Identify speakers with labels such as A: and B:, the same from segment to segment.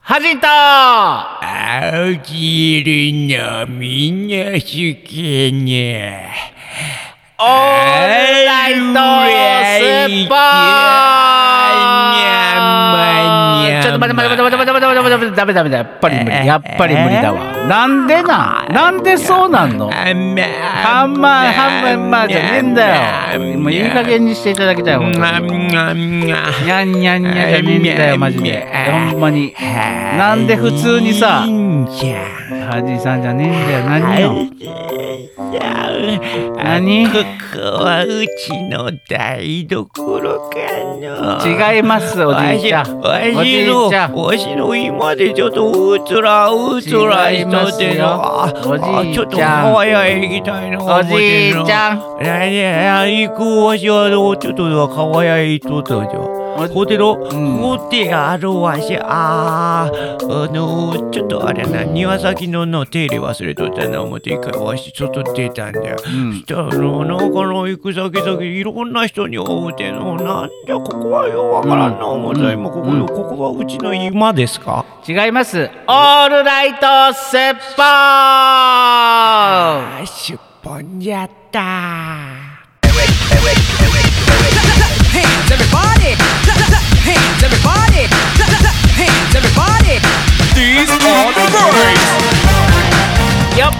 A: はじんた
B: 青汁飲みなしけな。
A: オールライトスーパーちょっと待って待って待って待って待って待ってダメダメだやっぱり無理やっぱり無理だわなんでなんなんでそうなんの
B: あんま
A: ハンマーハンマーじゃねえんだよもういい加減にしていただきたいほんとににゃんにゃんにゃんじゃねえんだよマジでほんまになんで普通にさはじいさんじゃねえんだよ何よ何
B: 何ここはうちの台所かの。
A: 違いますおじいちゃん
B: わし
A: お
B: わ
A: じ
B: し
A: い
B: の、
A: ちゃん
B: わしの今でちょっとうつらうつら
A: 違い
B: し
A: ま
B: とっ
A: す
B: て
A: よおじ
B: な。
A: いちゃん
B: あちょっと川へ行きたいな。
A: おじいちゃん
B: 思ってな。来年行くわしはのちょっと川へ行っとったじゃ。ホテル、
A: ん
B: ホテルあるわし、あー、あの、ちょっとあれな、庭先のの手入れ忘れとったな、思って一回わし外出たんだよ。
A: うん
B: したらなんかの行く先々いろんな人に会うてのなんじゃここはようわからんな思った今ここ
A: うん
B: ここはうちの今ですか
A: 違います。オールライトスッパー
B: あしゅっぽんじゃった。
C: hands, everybody. Clap, clap, clap, hands, everybody. Clap, clap, clap, hands, everybody.
A: よっ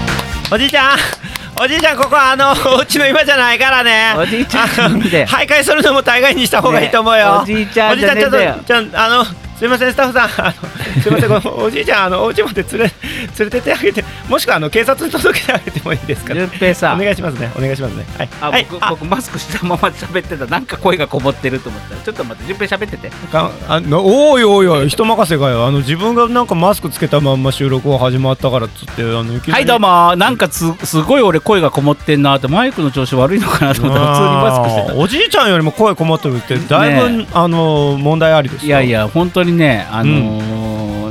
B: おじいちゃん おじいちゃんここは あのうちの今じゃないからね
A: おじいちゃんな
B: あの
A: ん で
B: 徘徊するのも大概にした方がいいと思うよ、
A: ねおじいちゃん
B: おじいちゃんちょっと
A: じゃねえんだよ
B: ちょっとあのすいませんスタッフさん あのすいませんこ のおじいちゃんあのお家まで連れ連れてってあげてもしくはあの警察に届けてあげてもいいですか
A: 順平さん
B: お願いしますねお願いしますねはい
A: あ、
B: はい
A: 僕
B: あ
A: 僕マスクしたまま喋ってた。なんか声がこもってると思ったら。ちょっと待って、順平喋ってて。
B: かあのおいおいおい人任せかよあの自分がなんかマスクつけたまんま収録を始まったからっつってあのきな
A: は
B: り
A: い、どうも。なんかすすごい俺声がこもってんなって、マイクの調子悪いのかなと思ったら、普通にマスクして
B: あーおじいちゃんよりも声こもってるってだいぶ、
A: ね
B: あの問題ありで
A: た。
B: す
A: い
B: よ
A: やいや、本当にね、あの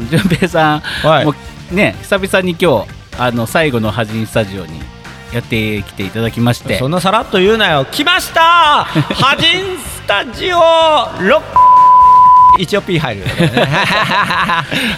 A: ー、順平さん、
B: はい
A: もうね、久々に今日、あの、最後のハジンスタジオにやってきていただきまして。
B: そんなさらっと言うなよ来ましたハジンスタジオロッ一応 P 入るよね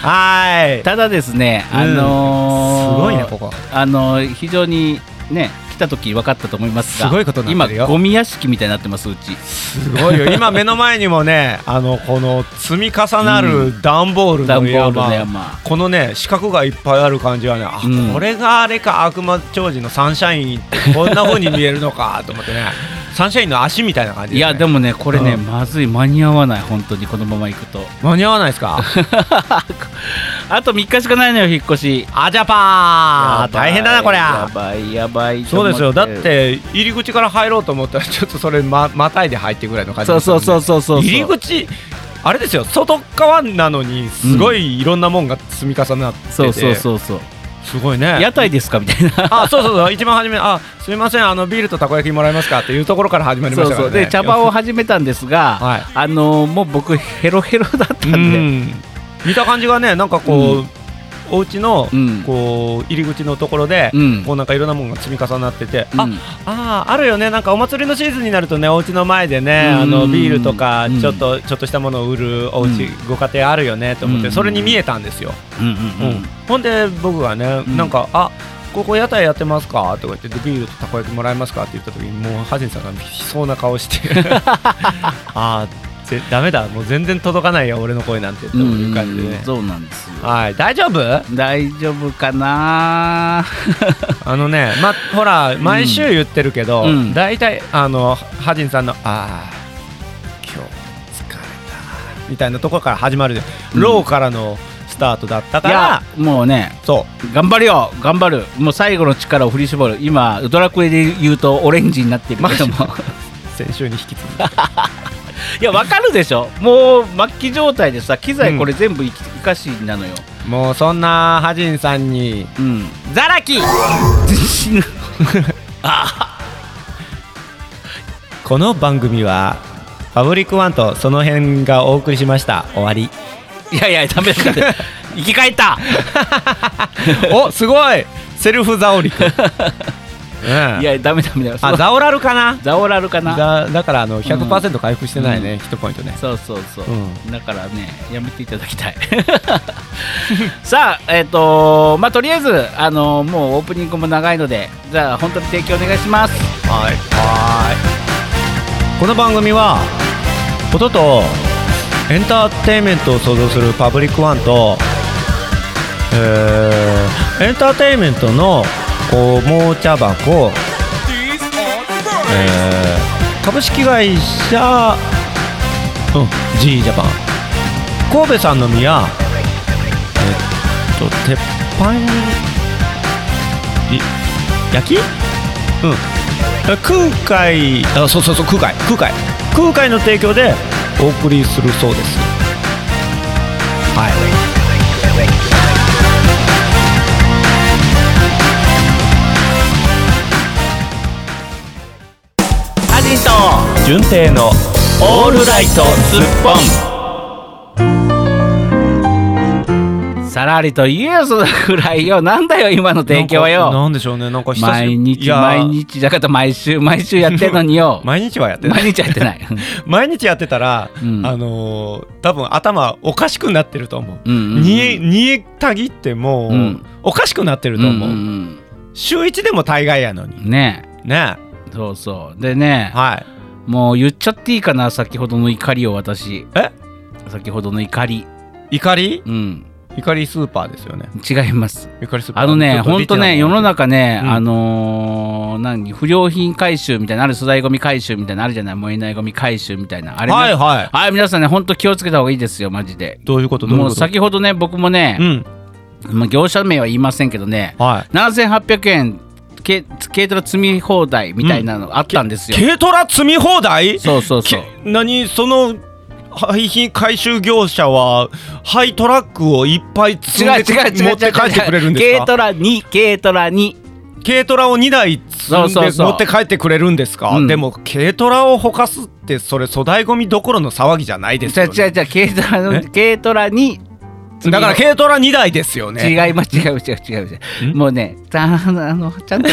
B: はい
A: ただ ですね、
B: うん
A: あのー
B: すごいねここ
A: あのー非常にね来た時分かったと思いますが
B: すごいことになってるよ
A: 今ゴミ屋敷みたいになってますうち
B: すごいよ今目の前にもねあのこの積み重なる段ボール
A: 段
B: の
A: ボールの
B: 山、
A: 山
B: このね四角がいっぱいある感じはねあ、
A: うん
B: これがあれか悪魔長寿のサンシャインってこんな風に見えるのかと思っ てねサンシャインの足みたいな感じ、ね、
A: いやでもねこれね、
B: うん
A: まずい間に合わない本当にこのまま行くと
B: 間に合わないですか
A: あと3日しかないのよ引っ越し
B: あジャ
A: や
B: パー
A: ばい
B: 大変だなこり
A: や
B: ゃ
A: ばいやばいと
B: そう
A: 思
B: ですよだって入り口から入ろうと思ったらちょっとそれままたいで入ってぐらいの感じ
A: そう
B: です
A: そ
B: もん
A: う
B: ね
A: そうそうそうそう
B: 入り口あれですよ外側なのにすごいいろんなもんが積み重なってて、
A: そうそうそうそう
B: すごいね
A: 屋台ですかみたい な
B: あそうそうそう一番初めあすみませんあのビールとたこ焼きもらえますかっていうところから始まりま
A: そ
B: し
A: う
B: たか
A: そ
B: ら
A: う
B: ね
A: で茶葉を始めたんですが、
B: はい
A: あのーもう僕ヘロヘロだったん
B: う
A: で
B: ん見た感じがねなんかこう、お家の
A: うん
B: こう入り口のところで、
A: うん
B: こうなんかいろんなものが積み重なってて、
A: うん
B: ああーあるよねなんかお祭りのシーズンになるとねお家の前でね、
A: うん
B: あのビールとか
A: うん
B: ちょっと、ちょっとしたものを売るお家、
A: う
B: ご家庭あるよねと思って、
A: うん
B: それに見えたんですよ、
A: うんうんう
B: うん
A: ん
B: ほんで僕がね、
A: うん
B: なんかあここ屋台やってますかとか言ってでビールとたこ焼きもらえますかって言った時にもうハジンさんが悲壮な顔して あーぜダメだもう全然届かないよ俺の声なんてという感じでね、
A: そうなんですよ
B: はい大丈夫
A: 大丈夫かな
B: あのね まほら毎週言ってるけど、
A: うん
B: 大体あのハジンさんのあー今日疲れたみたいなところから始まるで、
A: うん
B: ローからのスタートだった
A: い
B: か
A: や
B: ら
A: もうね
B: そう
A: 頑張るよ頑張るもう最後の力を振り絞る今ドラクエで言うとオレンジになってるけども
B: 先週に引き続き
A: いやわかるでしょもう末期状態でさ機材これ全部いき生かしなのよ
B: もうそんなハジンさんに
A: うん
B: ザラキ
A: 死ぬ
B: この番組はファブリックワンとその辺がお送りしました終わ り
A: いやいやダメだダメだ生き返った
B: おすごいセルフザオリうん
A: いやダメダメだよ
B: あザオラルかな
A: ザオラルかな
B: だだからあの100%回復してないね、ヒットポイントね
A: そうそうそう、
B: う
A: だからねやめていただきたい さあえっ、とまあとりあえずあのもうオープニングも長いのでじゃあ本当に提供お願いします
B: はいはいこの番組は音とエンターテインメントを創造するパブリックワンと、えーエンターテインメントのおもちゃ箱、えー株式会社、うん、G ジャパン神戸三宮えっと鉄板い焼きうん空海あそうそうそう空海空海空海の提供でお送りするそうですはい
A: アジンと
B: 順平の
A: オールライトスッポンさらりと言えよそのくらいよなんだよ今の提供は
B: なんか
A: よ
B: なんでしょうねなんか久し
A: 毎
B: い
A: 日
B: や
A: 毎日だから毎週毎週やってるのに よ
B: 毎日はやってない
A: 毎日やってない
B: 毎日やってたら、
A: うん
B: あのー多分頭おかしくなってると思う
A: うんうんうん
B: 煮え煮えたぎってもう、
A: うん
B: おかしくなってると思う、
A: んん
B: 週1でも大概やのに
A: うんね
B: ね
A: えそうそうでね
B: はい
A: もう言っちゃっていいかな先ほどの怒りを私
B: え
A: 先ほどの怒り
B: 怒り
A: うん
B: 怒りスーパーですよね
A: 違います
B: 怒りスーパー
A: あのね本当ね世の
B: 中
A: 中ね、
B: うん
A: あのー何不良品回収みたいなある素材ゴミ回収みたいなあるじゃない燃えないゴミ回収みたいなあれね、
B: はいはい
A: あれ皆さんね本当気をつけた方がいいですよマジで
B: どういうことどういう
A: も
B: こ
A: う
B: と
A: 先ほどね僕もね
B: う、ん
A: まあ業者名は言いませんけどね
B: はい
A: 7800円軽軽トラ積み放題みたいなのあったんですよ、
B: 軽トラ積み放題
A: そうそうそう
B: け何その廃品回収業者はハイトラックをいっぱい
A: 違う違う違う違う
B: 積んで持って帰ってくれるんです
A: 軽
B: か
A: トラ2軽トラ2
B: 軽トラを2台積
A: そうんそう
B: で
A: そう
B: 持って帰ってくれるんですか
A: うん
B: でも軽トラをほかすってそれ粗大ごみどころの騒ぎじゃないです
A: 違
B: よ、
A: う違
B: ね、
A: う違う軽トラ
B: え
A: の軽トラに
B: だから軽トラ2台ですよね
A: 違います違う違う違う違うんもうねちゃんあのち ゃんと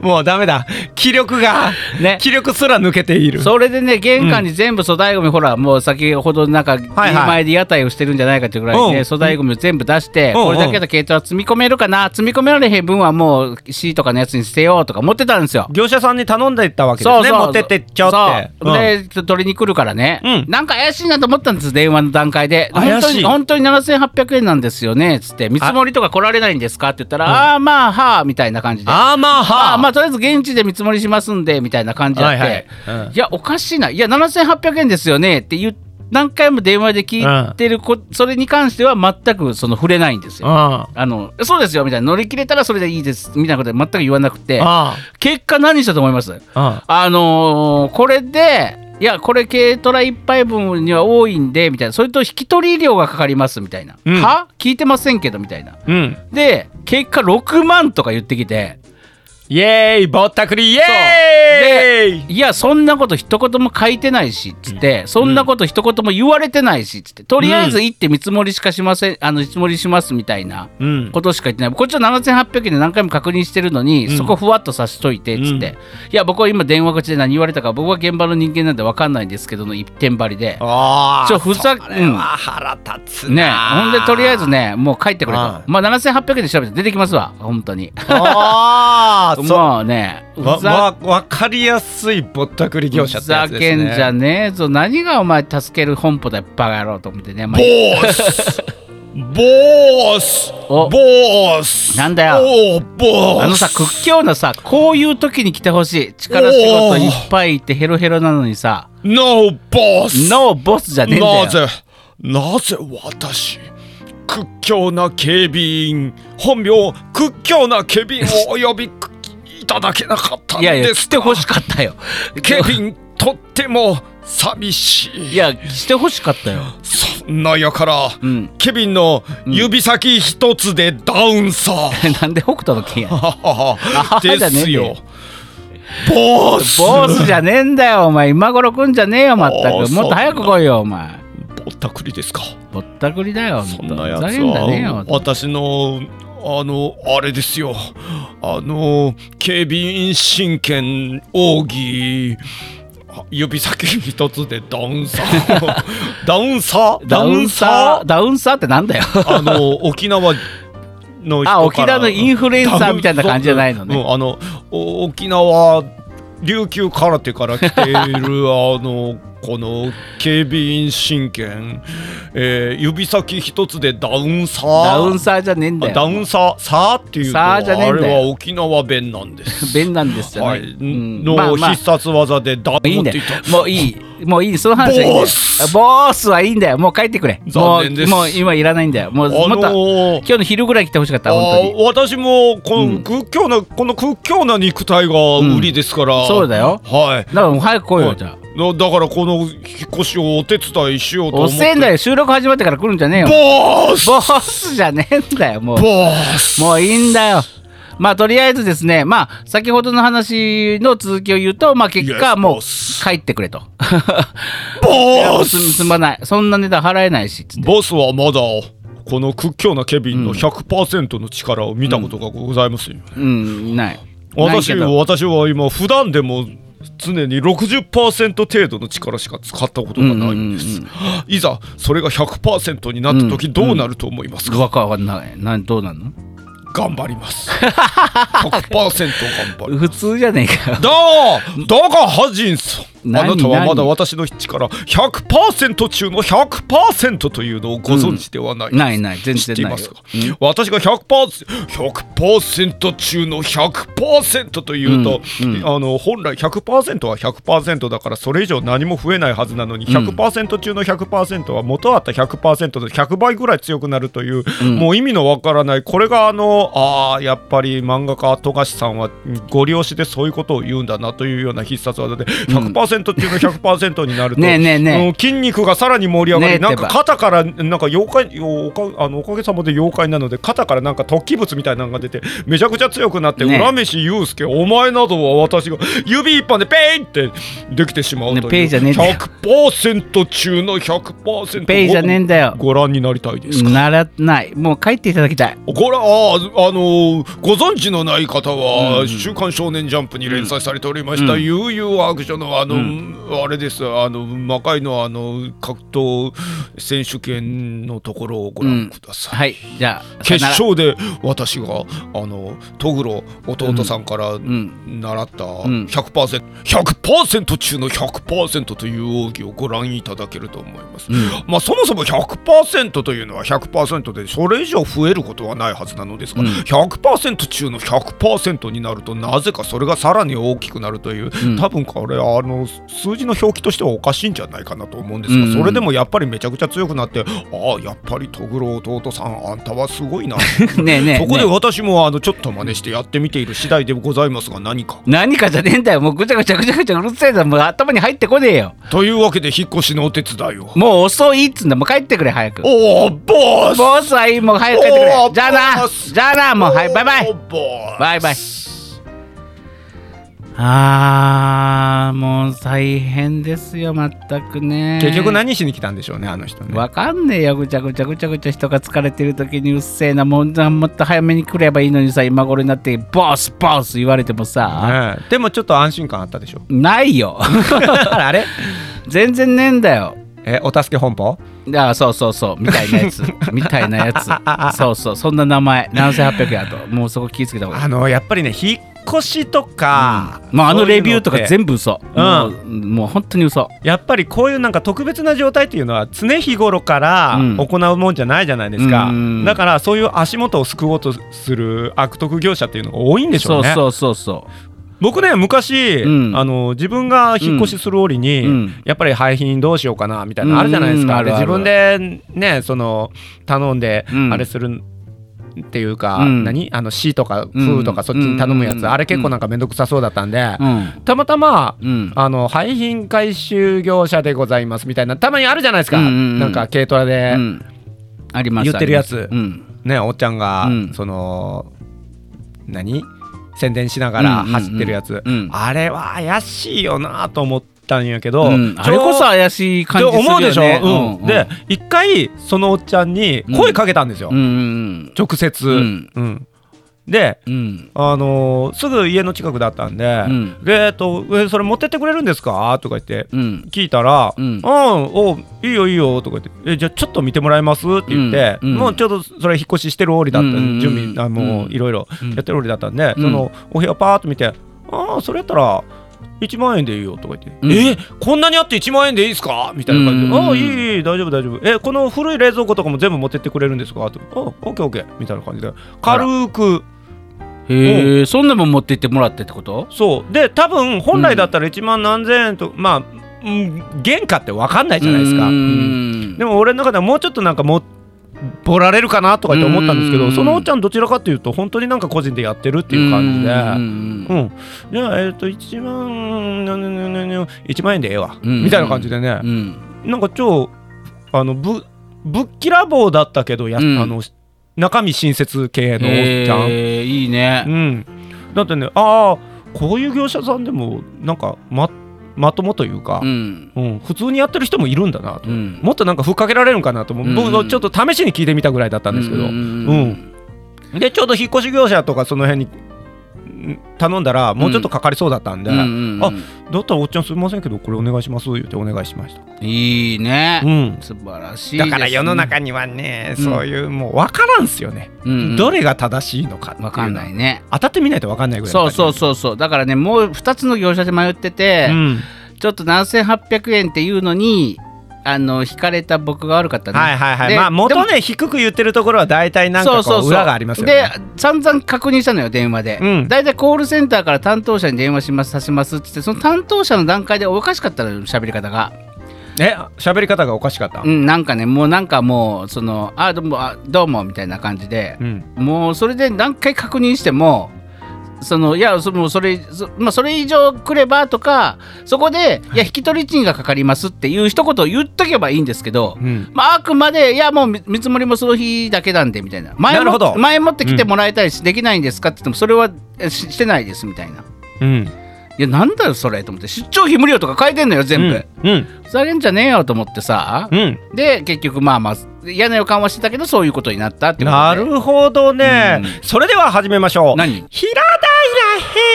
B: もうダメだ気力が
A: ね
B: 気力すら抜けている
A: それでね玄関に全部粗大ごみほらもう先ほどなんか家
B: はい
A: 前で屋台をしてるんじゃないかっていうぐらい
B: うん
A: ね粗大ごみを全部出して
B: うん
A: これだけだと軽トラ積み込めるかな積み込められへん分はもう C とかのやつに捨てようとか思ってたんですよ
B: 業者さんに頼んでいったわけです
A: そう
B: ね
A: そう
B: 持ってってっちゃって、
A: そう
B: うん
A: でちょっと取りに来るからね、
B: うん
A: なんか怪しいなと思ったんです電話の段階で
B: 怪しい
A: 本当に本当に7800円なんですよねっつって見積もりとか来られないんですかって言ったら、ああーまあはあみたいな感じであ
B: あーまあは
A: あーまあとりあえず現地で見積もりしますんでみたいな感じで、
B: はいいはいうん
A: やおかしいないや7800円ですよねって言う何回も電話で聞いてるこ、それに関しては全くその触れないんですよ。
B: あ
A: あのそうですよみたいな乗り切れたらそれでいいですみたいなことで全く言わなくて
B: あ
A: 結果何したと思います
B: あ
A: あのーこれで、いや、これ軽トラ1杯分には多いんで、みたいな、それと引き取り料がかかりますみたいな、
B: うん
A: は聞いてませんけどみたいな。
B: うん
A: で、結果6万とか言ってきて、
B: イエーイぼったくりイエーイ
A: いや、そんなこと一言も書いてないしっつって、そんなこと一言も言われてないしっつって、とりあえず行って見積もりしかしません、あの見積もりしますみたいな。
B: うん
A: ことしか言ってないこっちは7800円で何回も確認してるのに、
B: うん
A: そこふわっとさしといてっつって、
B: うん
A: いや僕は今電話口で何言われたか僕は現場の人間なんで分かんないんですけどの一点張りで
B: ああ
A: ちょふざ
B: それは腹立つ
A: ね
B: な
A: ほんでとりあえずねもう帰ってくれと
B: はい
A: まあ7800円で調べて出てきますわ本当に
B: ああそう
A: も うねふ
B: わ
A: ざ
B: わわかりやすいぼったくり業者
A: ふ
B: ってや
A: ざ
B: つです
A: け
B: ね
A: んじゃねえぞ何がお前助ける本舗だバカ野郎と思ってね、まあ
B: ボースボース
A: お
B: ボース
A: なんだよ
B: おーボース
A: あのさ屈強なさこういう時に来てほしい力仕事いっぱいいてヘロヘロなのにさ
B: No ボース
A: ノーボスじゃねえんだよ
B: なぜなぜ私屈強な警備員本名屈強な警備員をお呼びくいただけなかったん
A: いやいや、
B: で
A: 来
B: す
A: て
B: か
A: ほしかったよ。
B: 警備員とっても寂しい
A: いや、してほしかったよ。
B: そんなやから、
A: うん。
B: ケビンの指先一つでダウンさ、
A: なんで北斗の剣やねん。
B: ははは
A: あはは
B: ですよ
A: じ
B: ボー ス
A: ボスじゃねえんだよ、お前。今頃来んじゃねえよ、まった
B: あー
A: く。もっと早く来いよ、お前。
B: ぼったくりですか
A: ぼったくりだよ、ほ
B: そ
A: ん
B: ん
A: と
B: な
A: ふ
B: やつ
A: ざけんじゃねえよ
B: は。私のあのあれですよあの警備員神権奥義あ指先一つでダウン サーダウンサー
A: ダウンサーダウンサーってなんだよ
B: ーあの沖縄の人から
A: あ沖縄のインフルエンサーみたいな感じじゃないのね
B: うんあのお沖縄琉球空手から 来ているあのこの警備員神権、えー指先一つでダウンサー
A: ダウンサーじゃねえんだ
B: あ
A: よ
B: ダウンサーサーっていうのは
A: サーじゃねえ
B: あ
A: んだ
B: れ
A: よ
B: は沖縄弁なんです。
A: 便なんですよね、
B: はい、
A: うん
B: の、
A: まあまあ
B: 必殺技でダウンって
A: いいんだよ
B: 言った。
A: もういい。もういい。その話はいいんだよ
B: ボース
A: ボースはいいんだよ。もう帰ってくれ。
B: 残念です
A: もうもう今いらないんだよ。もう、
B: あの
A: また今
B: ー
A: 日の昼ぐらい来てほしかった。
B: あ
A: 本
B: ー私もこ
A: う
B: の
A: ん
B: 屈強な、この屈強な肉体が売りですから、
A: 当に。そうだよ。
B: は
A: だ
B: い
A: からもう早く来い
B: は
A: よ、
B: い
A: じゃあ。
B: のだからこの引っ越しをお手伝いしようと思
A: お
B: っ
A: ってせえんだよ。収録始まってから来るんじゃねえよ。
B: ボース
A: ボースじゃねえんだよ、もう。
B: ボース
A: もういいんだよ。まあとりあえずですね、まあ先ほどの話の続きを言うと、まあ結
B: Yes,
A: 果もう
B: boss.
A: 帰ってくれと。
B: ボー
A: す
B: ス
A: すまない。そんな値段払えないしっつって。
B: ボスはまだこの屈強なケビンの100%の力を見たことがございますよ、
A: うん、ない。ない
B: 私
A: けど
B: は私は今普段でも常に60%程度の力しか使ったことがないんです、
A: うんうんうん
B: いざそれが100%になった時どうなると思いますか、
A: わかんない。なんどうなんの
B: 頑張りま す100%頑張る
A: 普通じゃねえかよ。
B: だがだがハジンさんあ
A: 何
B: なたはまだ
A: 何
B: 私の力100%中の100%というのをご存知ではないです、
A: ないない全
B: 知って
A: 然
B: い
A: な
B: ま
A: い
B: す
A: よ
B: か、私が 100%, 100中の100%というと、あの本来100%は100%だからそれ以上何も増えないはずなのに100%中の100%は元あった100%の100倍ぐらい強くなるという、もう意味のわからないこれがあのあーやっぱり漫画家富樫さんはご利用しでそういうことを言うんだなというような必殺技で100%中の100%になると、
A: ねえねえねえ
B: うん筋肉がさらに盛り上が
A: ね
B: り、
A: えってば
B: なんか肩からなんか妖怪よおかあのおかげさまで妖怪なので肩からなんか突起物みたいなのが出てめちゃくちゃ強くなって、
A: ね
B: 浦飯祐介お前などは私が指一本でペインってできてしまうという、
A: ねペイじゃねえんだよ
B: 100%中の100%
A: ペイじゃねえんだよ。
B: ご覧になりたいですか、
A: ならない。もう帰っていただきたい。
B: これあーあのーご存知のない方は「週刊少年ジャンプ」に連載されておりました「悠々アクション」のあの、あれですあの魔界のあの格闘選手権のところをご覧ください。
A: はい。じゃあ、
B: 決
A: さよ
B: 勝で私があのトグロ弟さんから
A: ん
B: 習った
A: ん
B: 100%100% 100%中の100%という奥義をご覧いただけると思います、まあそもそも100%というのは100%でそれ以上増えることはないはずなのですが、100%中の100%になるとなぜかそれがさらに大きくなるという、多分これあの数字の表記としてはおかしいんじゃないかなと思うんですが、
A: うん
B: それでもやっぱりめちゃくちゃ強くなってああやっぱりトグロ弟さんあんたはすごいな
A: なら ねえねえ。
B: そこ
A: ね
B: で
A: え
B: 私もあのちょっと真似してやってみている次第でございますが何か
A: 何かじゃねえんだよ。もうぐちゃぐちゃぐちゃぐちゃうるせえだ。もう頭に入ってこねえよ。
B: というわけで引っ越しのお手伝いを
A: もう遅いっつうんだ。もう帰ってくれ、早く。
B: おおボース
A: ボースはいい。もう早く帰ってくれ
B: お。ー
A: じゃあ
B: ボ
A: な。
B: ス
A: じゃあな。もうはい。バイバイ
B: お。ーボース
A: バイバイあー、もう大変ですよ、まったくね。
D: 結局何しに来たんでしょうねあの人ね
A: わかんねえよ、ぐちゃぐちゃぐちゃぐちゃ人が疲れてる時にうっせえな、もうもっと早めに来ればいいのにさ、今頃になって、ボスボス言われてもさ、
D: ねえでもちょっと安心感あったでしょ
A: ない よ。
D: あらあれ
A: 全然ねえんだよ。
D: えお助け本舗
A: ああ、そうそうそう、みたいなやつ。みたいなやつ。そうそう、そんな名前、7800円あと。もうそこ気ぃつけた方がい
D: あ
A: い。
D: のやっぱりね引っ越しとか、
A: もうあのレビューと
D: そう
A: か
D: いうのって
A: 全部嘘。
D: う
A: もうもう本当に嘘。
D: やっぱりこういうなんか特別な状態っていうのは常日頃から
A: うん
D: 行うもんじゃないじゃないですか、
A: うん
D: だからそういう足元を救おうとする悪徳業者っていうのが多いんでしょ
A: そうう
D: ね
A: そうそうそ
D: 僕ね昔、
A: うん
D: あの自分が引っ越しする折に、
A: うん
D: やっぱり廃品どうしようかなみたいなのあるじゃないです
A: うん
D: か、
A: ある
D: で
A: あ
D: 自
A: る
D: 分でねその頼んで
A: うん
D: あれするっていうか、
A: うん
D: 何あの市とか風とかそっちに頼むやつ、
A: うん
D: あれ結構なんか面倒くさそうだったんで、
A: う。うん。
D: たまたま
A: うん。
D: あの廃品回収業者でございますみたいなたまにあるじゃないですか、
A: うんうんうん
D: なんか軽トラで、
A: うんあります
D: 言ってるやつ
A: ありますうん。
D: ねおっちゃんが、
A: うん
D: その何宣伝しながら
A: うんうんうん
D: 走ってるやつ、
A: うん
D: あれは怪しいよなと思って。
B: たんやけど、
A: うん
B: ち
A: あ
B: ょ
A: れこそ怪しい
B: っ
A: 感じ
B: て
A: するよ、ね、
B: 思うでしょ、うん
A: うん
B: で一回そのおっちゃんに声かけたんですよ、
A: うんうん
B: 直接、
A: うん
B: うんで
A: うん
B: あのーすぐ家の近くだったんで
A: ん
B: 「でえっとえそれ持ってってくれるんですか?」とか言って
A: うん
B: 聞いたら「
A: う
B: うんん、おいいよいいよ」とか言ってえ「じゃあちょっと見てもらえます?」って言って、
A: うんうん
B: もうちょうどそれ引っ越ししてる折だった、
A: うんうんうん
B: 準備あも
A: う
B: うんいろいろやってる折だったんで、
A: うん
B: そのお部屋パーッと見て「ああそれやったら1万円でいいよ」とか言って「
A: うん
B: えこんなにあって1万円でいいですか?」みたいな感じで
A: う
B: 「
A: んうんうん
B: ああいいいい大丈夫大丈夫えこの古い冷蔵庫とかも全部持ってってくれるんですか?」と「あオッケーオッケー」みたいな感じで軽く。
A: へえそんなもん持って行ってもらってってこと
B: そうで多分本来だったら1万何千円と、まあ、うん、原価って分かんないじゃないですか、
A: う
B: うん
A: ん
B: でも俺の中ではもうちょっとなんかもうぼられるかなとかって思ったんですけ
A: う
B: ど
A: ん
B: そのおっちゃんどちらかというと本当になんか個人でやってるっていう感じで。
A: うん
B: うん、じゃあ、えっと1万ななななな1万円でええわ、
A: うん
B: みたいな感じでね
A: う、ん
B: なんか超あのぶぶっきらぼうだったけどや、
A: うん
B: あの中身親切系のおっちゃん、
A: へえいいね
B: うん、だってねああこういう業者さんでもなんかままともというか
A: う、ん
B: うん普通にやってる人もいるんだなと、
A: うん
B: もっとなんかふっかけられるんかなと思う、
A: うん
B: 僕ちょっと試しに聞いてみたぐらいだったんですけど、
A: うん
B: でちょうど引っ越し業者とかその辺にん頼んだらもうちょっとかかりそうだったんで、
A: うんうん
B: あだったらおっちゃんすいませんけどこれお願いします言ってお願いしました、
A: いいね
B: うん、
A: 素晴らしいで
B: だ
A: すね
B: から世の中にはね、
A: うん
B: そういうもう分からんすよね、
A: うんうん
B: どれが正しいのかってい
A: わ
B: うのは
A: かんないね
B: 当たってみないと分かんないぐらいの
A: そ
B: 感
A: う
B: じ
A: そうそうそうだからねもう2つの業者で迷ってて、
B: うん
A: ちょっと7800円っていうのにあの引かれた僕が悪かったね
B: はいはいは
A: で
B: い。まあ
A: でも
B: 元ね低く言ってるところは大体なんかこう裏がありますよね。
A: で散々確認したのよ電話で、
B: うん
A: だいたいコールセンターから担当者に電話しますさしますっつってその担当者の段階でおかしかったのよ喋り方が、
B: え喋り方がおかしかった
A: う。ん、なんかねもうなんかもうその「あどうもあどうも」みたいな感じで、
B: うん。
A: もうそれで何回確認してもそのいやそもうそれそ,、まあ、それ以上来ればとかそこで「いや引き取り賃がかかります」っていう一言言っとけばいいんですけど、
B: うん。
A: まあ、あくまで「いやもう見見積もりもその日だけなんで」みたいな前
B: なる
A: も
B: ほど
A: 前もって来てもらえたりしできないんですか?」って言っても「それはえししてないです」みたいな。
B: うん。
A: いやなんだよそれと思って出張費無料とか書いてんのよ全部、
B: うん。
A: ふざけんじゃねえよと思ってさ、
B: うん。
A: で結局まあまあ嫌な予感はしてたけどそういうことになったってことで
B: なるほどね
A: う。
B: それでは始めましょう。
A: 何
B: 平平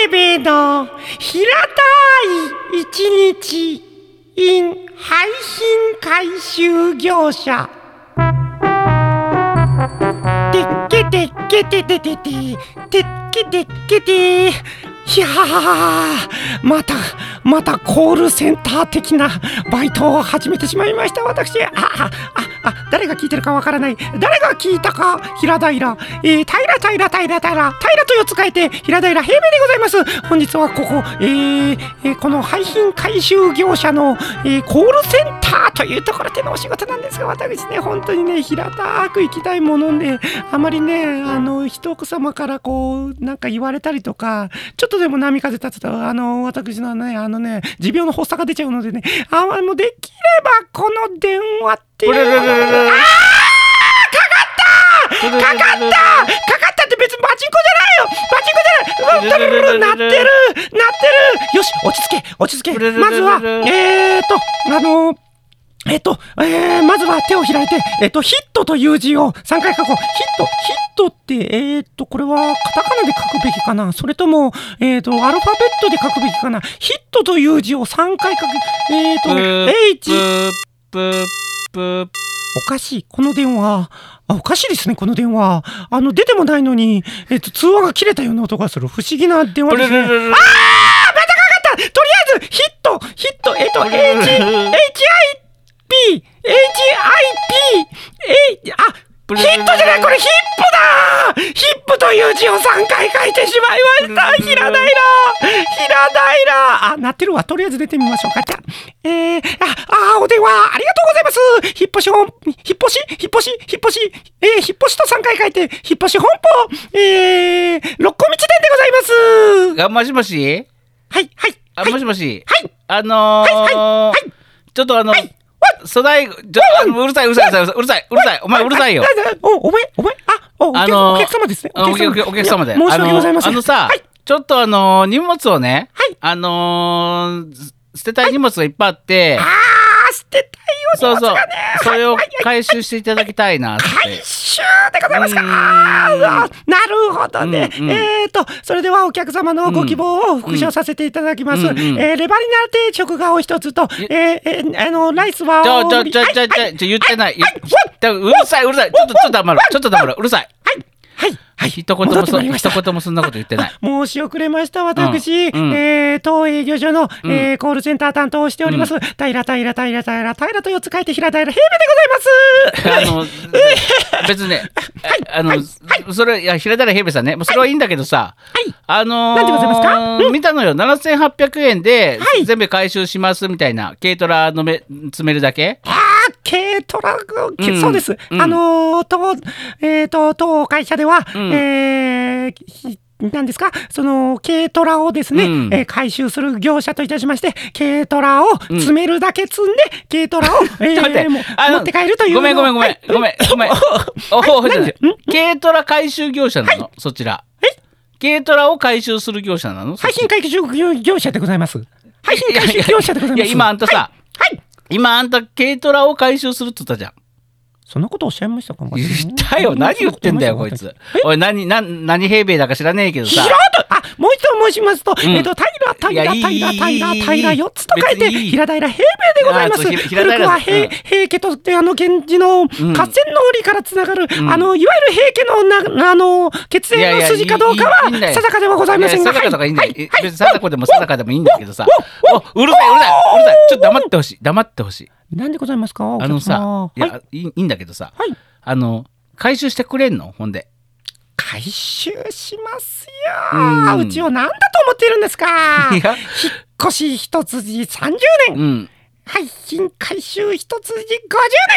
B: 平平の平たい一日 in 配信回収業者。
E: てっけてっけてててててっけてっけていやーまたまたコールセンター的なバイトを始めてしまいました私ああああ誰が聞いてるかわからない誰が聞いたか平平、えー、平平平平平平と四つ変えて平平平平でございます本日はここ、えーえーこの廃品回収業者の、えーコールセンターというところでのお仕事なんですが私ね本当にね平たく行きたいものであまりねあの人様からこうなんか言われたりとかちょっとでも波風立つとあの私のねあのね持病の発作が出ちゃうのでねああのできればこの電話っていうのは
A: かかっ
E: かかったって別にパチンコじゃないよパチンコじゃないうんなってるなってるよし落ち着け落ち着けまずはえーとあのーえっと、えー、まずは手を開いて、えっと、ヒットという字を3回書こう。ヒット、ヒットって、えー、っと、これはカタカナで書くべきかなそれとも、えー、っと、アルファベットで書くべきかなヒットという字を3回書く。えー、っと、H、おかしい。この電話。あ、おかしいですね、この電話。あの、出てもないのに、えっと、通話が切れたような音がする。不思議な電話ですね。あーまたかかったとりあえず、ヒットヒットえっと、H、HIP、HIP、え、あ、ヒットじゃないこれヒップだヒップという字を3回書いてしまいました平平平平あ、鳴ってるわ。とりあえず出てみましょうか。じゃあ、えー、あ、あー、お電話ありがとうございますヒッポシ本、ヒッポシ、ヒッポシ、ヒッポシ、えー、ヒッポシと3回書いて、ヒッポシ本舗、えー、六甲道店でございます
A: あもしもし
E: はい、はい、
A: あ、
E: はい、
A: もしもし。
E: はい
A: あの
E: は
A: ー
E: いはい
A: ちょっとあの、
E: はい、わっ
A: 粗大、ちょあのうるさい、うるさい、うるさい、うるさい、うるさい、お前うるさいよ
E: な。ななお、お前、お前、あ、お、お
A: あ
E: 客
A: のー
E: お客様ですね。
A: あお客お客様で。
E: いや申し訳ございません。
A: あのあのさ
E: はい、
A: ちょっとあのー荷物をね
E: はい、
A: あのー捨てたい荷物がいっぱいあって、
B: あー、捨てたいよ、
A: そうそう
B: 荷物がね。
A: それを回収していただきたいなって。
B: 回収でございますか。
A: うん
B: あーうわなるほどね。
A: うんうん
B: えっ、と、それではお客様のご希望を復唱させていただきます。
A: うんうんうん
B: えーレバニラ定食がお一つと、えーえーあの、ライスは
A: ちょ
B: 大
A: ちょ
B: 盛り
A: ちょちょちょちょ言ってない。言ってうるさいうるさい。ちょっとちょっと黙ろう。ちょっと黙ろう。うるさい。
B: はい、はい、はい。
A: 一言
B: 戻
A: も
B: って
A: そ
B: まいりました
A: 一言もそんなこと言ってない。
B: 申し遅れました私、
A: うんうん
B: えー当営業所の、
A: ん
B: えーコールセンター担当をしております、平平平平平平と四つ書いて平平平平でござ
A: あ
B: います
A: の、別にね、あの、それ、いや、平平平平さんね、もうそれはいいんだけどさ、
B: はい
A: あのー
B: なんでございますかうん
A: 見たのよ、7800円で
B: はい
A: 全部回収しますみたいな、軽トラのめ詰めるだけ
B: あー軽トラック
A: うん
B: そうです、
A: うん
B: あのー当えーと当会社では、
A: ん
B: えーひなんですかその軽トラをですね、
A: うん
B: えー回収する業者といたしまして軽トラを詰めるだけ積んで、軽トラ を、
A: ちょ
B: え
A: っと待って
B: ー、も
A: あの
B: 持って帰るというの
A: ごめんごめんごめ
B: は
A: ん
B: い、
A: ごめん、 ごめん。おお、ちょっと待って軽トラ回収業者なの、そちら。軽トラを回収する業者なのそっ
B: 廃
A: ち
B: 品回収業者でございます。廃品回
A: いや
B: 収業者でございます。
A: いや、今あんたさ、
B: はい。
A: 今あんた軽トラを回収するって言ったじゃん。
B: そんなことおっしゃいましたか。
A: 言ったよ。何言ってんだよ、こいつ。おい、何、何、何平米だか知らねえけど
B: ひろ
A: さ
B: と。あもう一度申しますと、
A: ん
B: えっと平
A: いや
B: 平
A: いい
B: 平平平
A: いい
B: 平四つと書い
A: 別
B: て
A: にいい
B: 平平平平でございま
A: あそう
B: す。
A: ひ平平
B: 古くは
A: うん
B: 平平家とってあの源氏の合戦の折からつながる、あのいわゆる平家のなあの血
A: いやい
B: 縁の
A: や
B: 筋かどうかはい
A: いいいいんだよ
B: 定かではございませんが、
A: や定かとかいいんだよ。
B: は
A: え
B: はい
A: 別に定かでも定かでもいいんだけどさ。お、うるさい、うるさい、うるさい。ちょっと黙ってほしい。黙ってほしい。
B: なんでございますか。お
A: あ
B: 客
A: の
B: 様
A: さ、い
B: はい
A: や、いいいいんだけどさ
B: はい。
A: あの、回収してくれんのほんで。
B: 回収します
A: う
B: よ。
A: ん
B: うちをなんだと思っているんですか。
A: いや、
B: 引っ越し一筋30
A: う
B: 年、
A: ん。
B: 廃品回収一筋50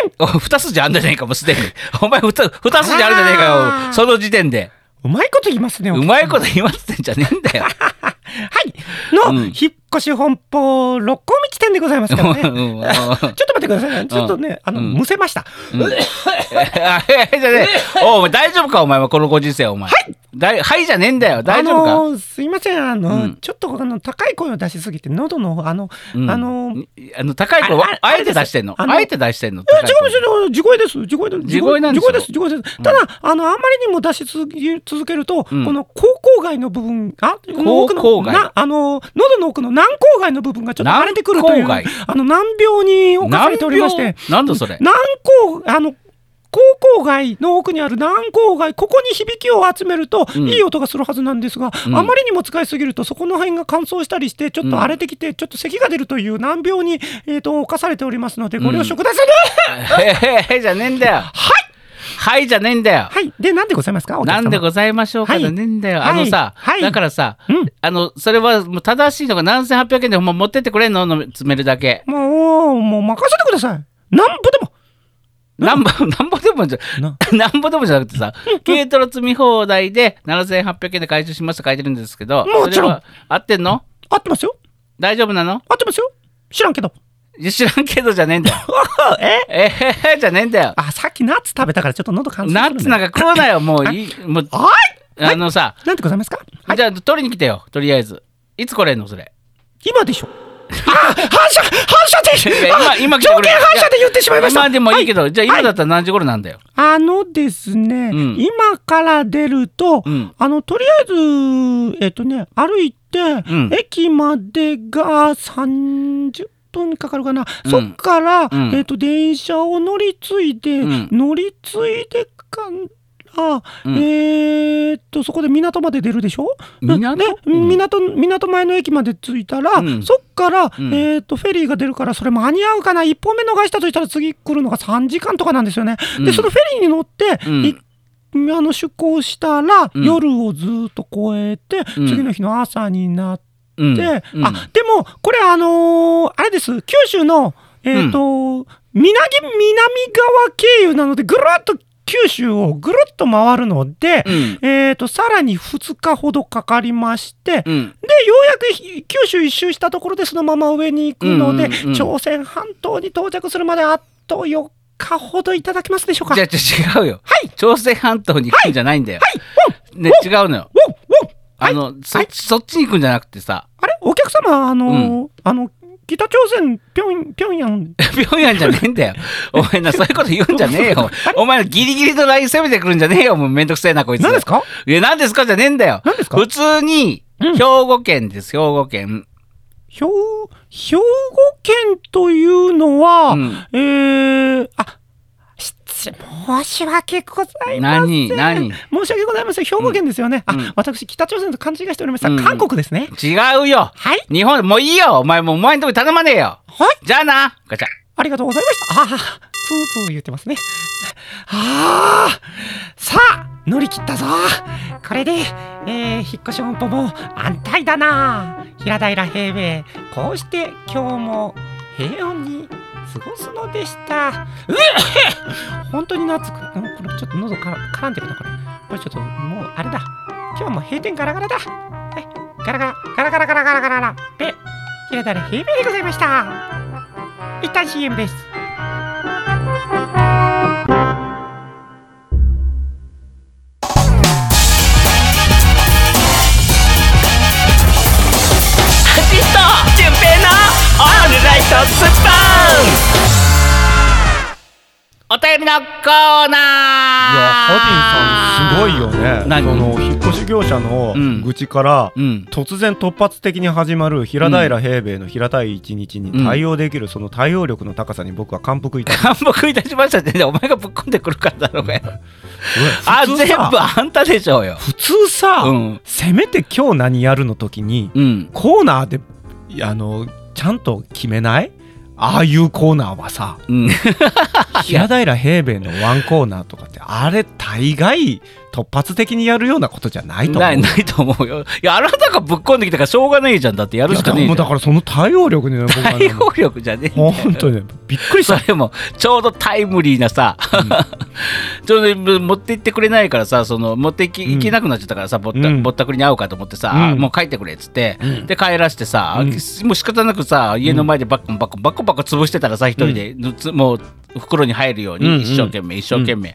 B: 年。
A: お、二筋あんじゃねえか、もうすでに。お前、二つ二筋あるじゃねえか
B: あー
A: よ。その時点で。
B: うまいこと言いますね。
A: う
B: は
A: まいこと言わせてんじゃねえんだよ。
B: い。の、
A: うん
B: 引っ越し本舗六甲道店でございますからね。ちょ っ
A: うんうんうん
B: と待ってくださいね。ちょっとね、あの、
A: うん
B: むせました。
A: あはいじゃねえおうお前大丈夫かお前はこのご時世お前。はい。だいはいじゃねえんだよ。大丈夫か。
B: あのーすいません。あの、
A: うん
B: ちょっとあの高い声を出しすぎて喉のあの、
A: うん
B: あのー、
A: いあの高い声は
B: ああ
A: あえて出してんの。
B: あの
A: あえて出してんの。
B: え違
A: 高い声
B: う違う、地声です。地声です。
A: 地声なんですよ
B: 地です。地声です。ただ、あの、あまりにも出し続け続けると、
A: うん
B: この口腔外の部分、あ、この奥
A: 口
B: の、
A: 腔外
B: なあの、喉の奥の軟口外の部分がちょっと荒れてくるという、
A: 軟口
B: あの、難病に侵されておりまして、
A: 何だそれ。
B: 軟口、あの、口腔外の奥にある軟口外、ここに響きを集めると、
A: ん
B: いい音がするはずなんですが、
A: うん
B: あまりにも使いすぎると、そこの辺が乾燥したりして、ちょっと荒れてきて、ちょっと咳が出るという難病に、えー、と侵されておりますので、ご了承ください、
A: へへじゃねえんだよ。はい。はいじゃねえんだよ。
B: はい。で、なんでございますかお客様
A: なんでございましょうか
B: はい
A: じゃねえんだよ。
B: はい
A: あのさ
B: はい、
A: だからさ
B: うん、
A: あのそれはもう正しいのが何千八百円でほんま持ってってくれんのの詰めるだけ。
B: もう、もう任せてください。なんぼでも。
A: なんぼ、 なんぼでもじゃ、
B: な
A: なんぼでもじゃなくてさ、軽トラ積み放題で7800円で回収しますと書いてるんですけど、
B: もちろん
A: それは合ってんの
B: 合ってますよ。
A: 大丈夫なの
B: 合ってますよ。知らんけど。
A: いや知らんけどじゃねえん だよ。
B: え
A: えへへじゃねえんだよ。
B: あ、さっきナッツ食べたからちょっと喉乾燥する
A: ナ
B: だよ
A: ッツなんか食うなよ、もういい。もう、
B: はいは
A: あ
B: い。
A: のさ、
B: なんでございますかはい。
A: じゃあ取りに来てよ、とりあえず。いつ来れんのそれ。
B: 今でし ょ。あ、反射反射
A: い
B: で
A: や今、今来て
B: 条
A: くれ
B: 件反射で言ってしまいました。
A: 今でもいいけ
B: は
A: ど、じゃあ今だったら何時頃なんだよ。
B: あのですね、
A: うん
B: 今から出ると、
A: うん
B: あの、とりあえず、えっとね、歩いて、
A: ん
B: 駅までが30分かかるかな。
A: うん
B: そっから、
A: ん
B: えっと、電車を乗り継いで、
A: うん
B: 乗り継いでから、
A: うん
B: えっと、そこで港まで出るでしょ
A: 港
B: で
A: うん
B: 港港前の駅まで着いたら、
A: うん
B: そっから、
A: うん
B: えっと、フェリーが出るから、それ間に合うかな。一本目逃したとしたら次来るのが3時間とかなんですよね。
A: う
B: で
A: ん
B: そのフェリーに乗って、
A: うん
B: いあの出港したら、
A: うん
B: 夜をずーっと越えて、
A: うん
B: 次の日の朝になって、
A: うん。うん
B: あでもこれあのーあれです九州のえっ、と、南南側経由なのでぐるっと九州をぐるっと回るので、
A: うん
B: えっ、とさらに2日ほどかかりまして、
A: うん。
B: でようやくひ九州一周したところでそのまま上に行くので、
A: うんうんうん
B: 朝鮮半島に到着するまであと4日ほどいただけますでしょうか
A: じゃあじゃあ違うよ。
B: はい
A: 朝鮮半島に行くんじゃないんだよ。
B: はい
A: ね、違うのよ。
B: ウォンウォン
A: あ
B: はい
A: の、そ
B: はい
A: そっちに行くんじゃなくてさ、
B: あれお客様あのーあの
E: 北朝鮮ぴょんぴょんやん
A: 平壌じゃねえん だよ。お前な、そういうこと言うんじゃねえよ。お前らギリギリのライン攻めてくるんじゃねえよ。もうめんどくせえな、こいつ。
E: 何ですか
A: いや、何ですかじゃねえんだよ。
E: 何ですか
A: 普通に、
E: うん
A: 兵庫県です、兵庫県。
E: 兵兵庫県というのは、
A: うん
E: えー、あ失申し訳ございません
A: 何何
E: 申し訳ございません兵庫県ですよね、
A: んう
E: あ
A: ん
E: 私北朝鮮と勘違いしておりました、
A: うん
E: 韓国ですね
A: 違うよ。
E: はい
A: 日本、もういいよ。お前もうお前のとこに頼まねえよ。
E: はい
A: じゃあな。ガチャ。
E: ありがとうございましたああプープー言ってますねああさあ乗り切ったぞこれで、えー、引っ越し本舗も安泰だな平平平平こうして今日も平穏に過ごすのでしたうえ本当に夏くこれちょっと喉から絡んでるなこれこれちょっともうあれだ今日も閉店ガラガラだはいガラガラガラガラガラガラガラガラペ平平平平でございました一旦 CM です
A: お便りのコー
F: いやハ
A: ナー
F: ジンさんすごいよね
A: 何
F: その引っ越し業者の
A: うん
F: 愚痴から、
A: うん。
F: 突然突発的に始まる平平平平の平たい一日に対応できるその対応力の高さに僕は感服いたし
A: 反復いたしましたってね、お前がぶっ込んでくるからだろうがよ。
F: ま
A: あ、
F: し
A: 全
F: た普通さ
A: 部あんたでしょうよ。
F: 普通さ、
A: うん。
F: せめて今日何やるの時に
A: うん。
F: コーナーでいやあのちゃんと決めないああいうコーナーはさ
A: うん。
F: 平平平平のワンコーナーとかってあれ大概突発的にやるようなことじゃないと思う
A: ないないと思うよ。いや、あなたがぶっ込んできたからしょうがねえじゃん。だってやるしかね
F: いやで
A: え
F: も
A: じ
F: だ
A: ゃん。
F: からその対応力にね僕は ね
A: 対応力じゃねえんだよ
F: 本当にびっくり し
A: そ
F: た
A: れもちょうどタイムリーなさ、 ちょうど持って行ってくれないからさその持っていき、行けなくなっちゃったからさぼった,、
F: うん
A: ぼったくりに会うかと思ってさ、
F: うん
A: もう帰ってくれっつって、で帰らしてさ、もう仕方なくさ家の前でバッコンバッコンバッコンバッコン潰してたらさ一人で、ぬつもう袋に入るよう
F: うんうん
A: に一生懸命、一生懸命、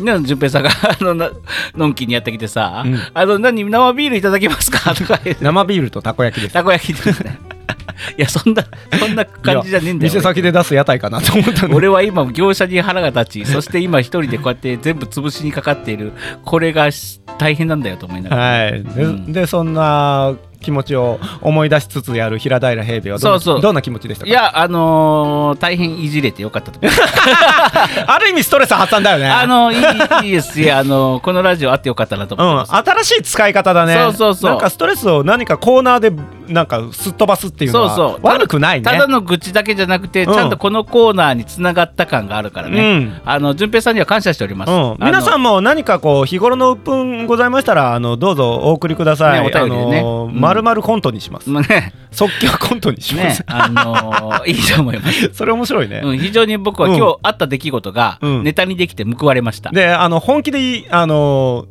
A: ね順平さんが あのなのんきにやってきてさ「
F: うん
A: あの何生ビールいただけますか?」とか言って
F: 生ビールとたこ焼きです
A: たこ焼きと かねいやそんなそんな感じじゃねえんだよ
F: 店
A: 俺
F: 先で出す屋台かなと思 ったの
A: 俺は今業者に腹が立ちそして今一人でこうやって全部潰しにかかっているこれがし大変なんだよと思いながら。
F: はいで,、
A: うん
F: でそんな気持ちを思い出しつつやる平平平平はどんな
A: そうそう
F: どんな気持ちでした
A: い
F: か
A: やあのー大変いじれてよかったと思います。
F: ある意味ストレス発散だよね
A: あのいいいいですし、 あのーこのラジオあってよかったなと
F: う
A: 思い
F: ん、
A: ます。
F: 新しい使い方だね
A: そうそうそう
F: なんかストレスを何かコーナーでなんかすっ飛ばすっていうの
A: そう
F: は
A: そう
F: 悪くないね
A: ただの愚痴だけじゃなくて、
F: うん
A: ちゃんとこのコーナーにつながった感があるからね、
F: うん
A: あの順平さんには感謝しております。
F: うん、皆さ
A: ん
F: んも何かこう日頃の鬱憤ございましたらあのどうぞお送りください、
A: ねお便りでね
F: あの
A: うん
F: まるまるコントにします、
A: ね
F: 即興コントにしま
A: ね
F: す、
A: あのーいいと思い ます。
F: それ面白いね、
A: うん、非常に僕は
F: うん
A: 今日あった出来事が
F: うん
A: ネタにできて報われました。
F: であの本気であの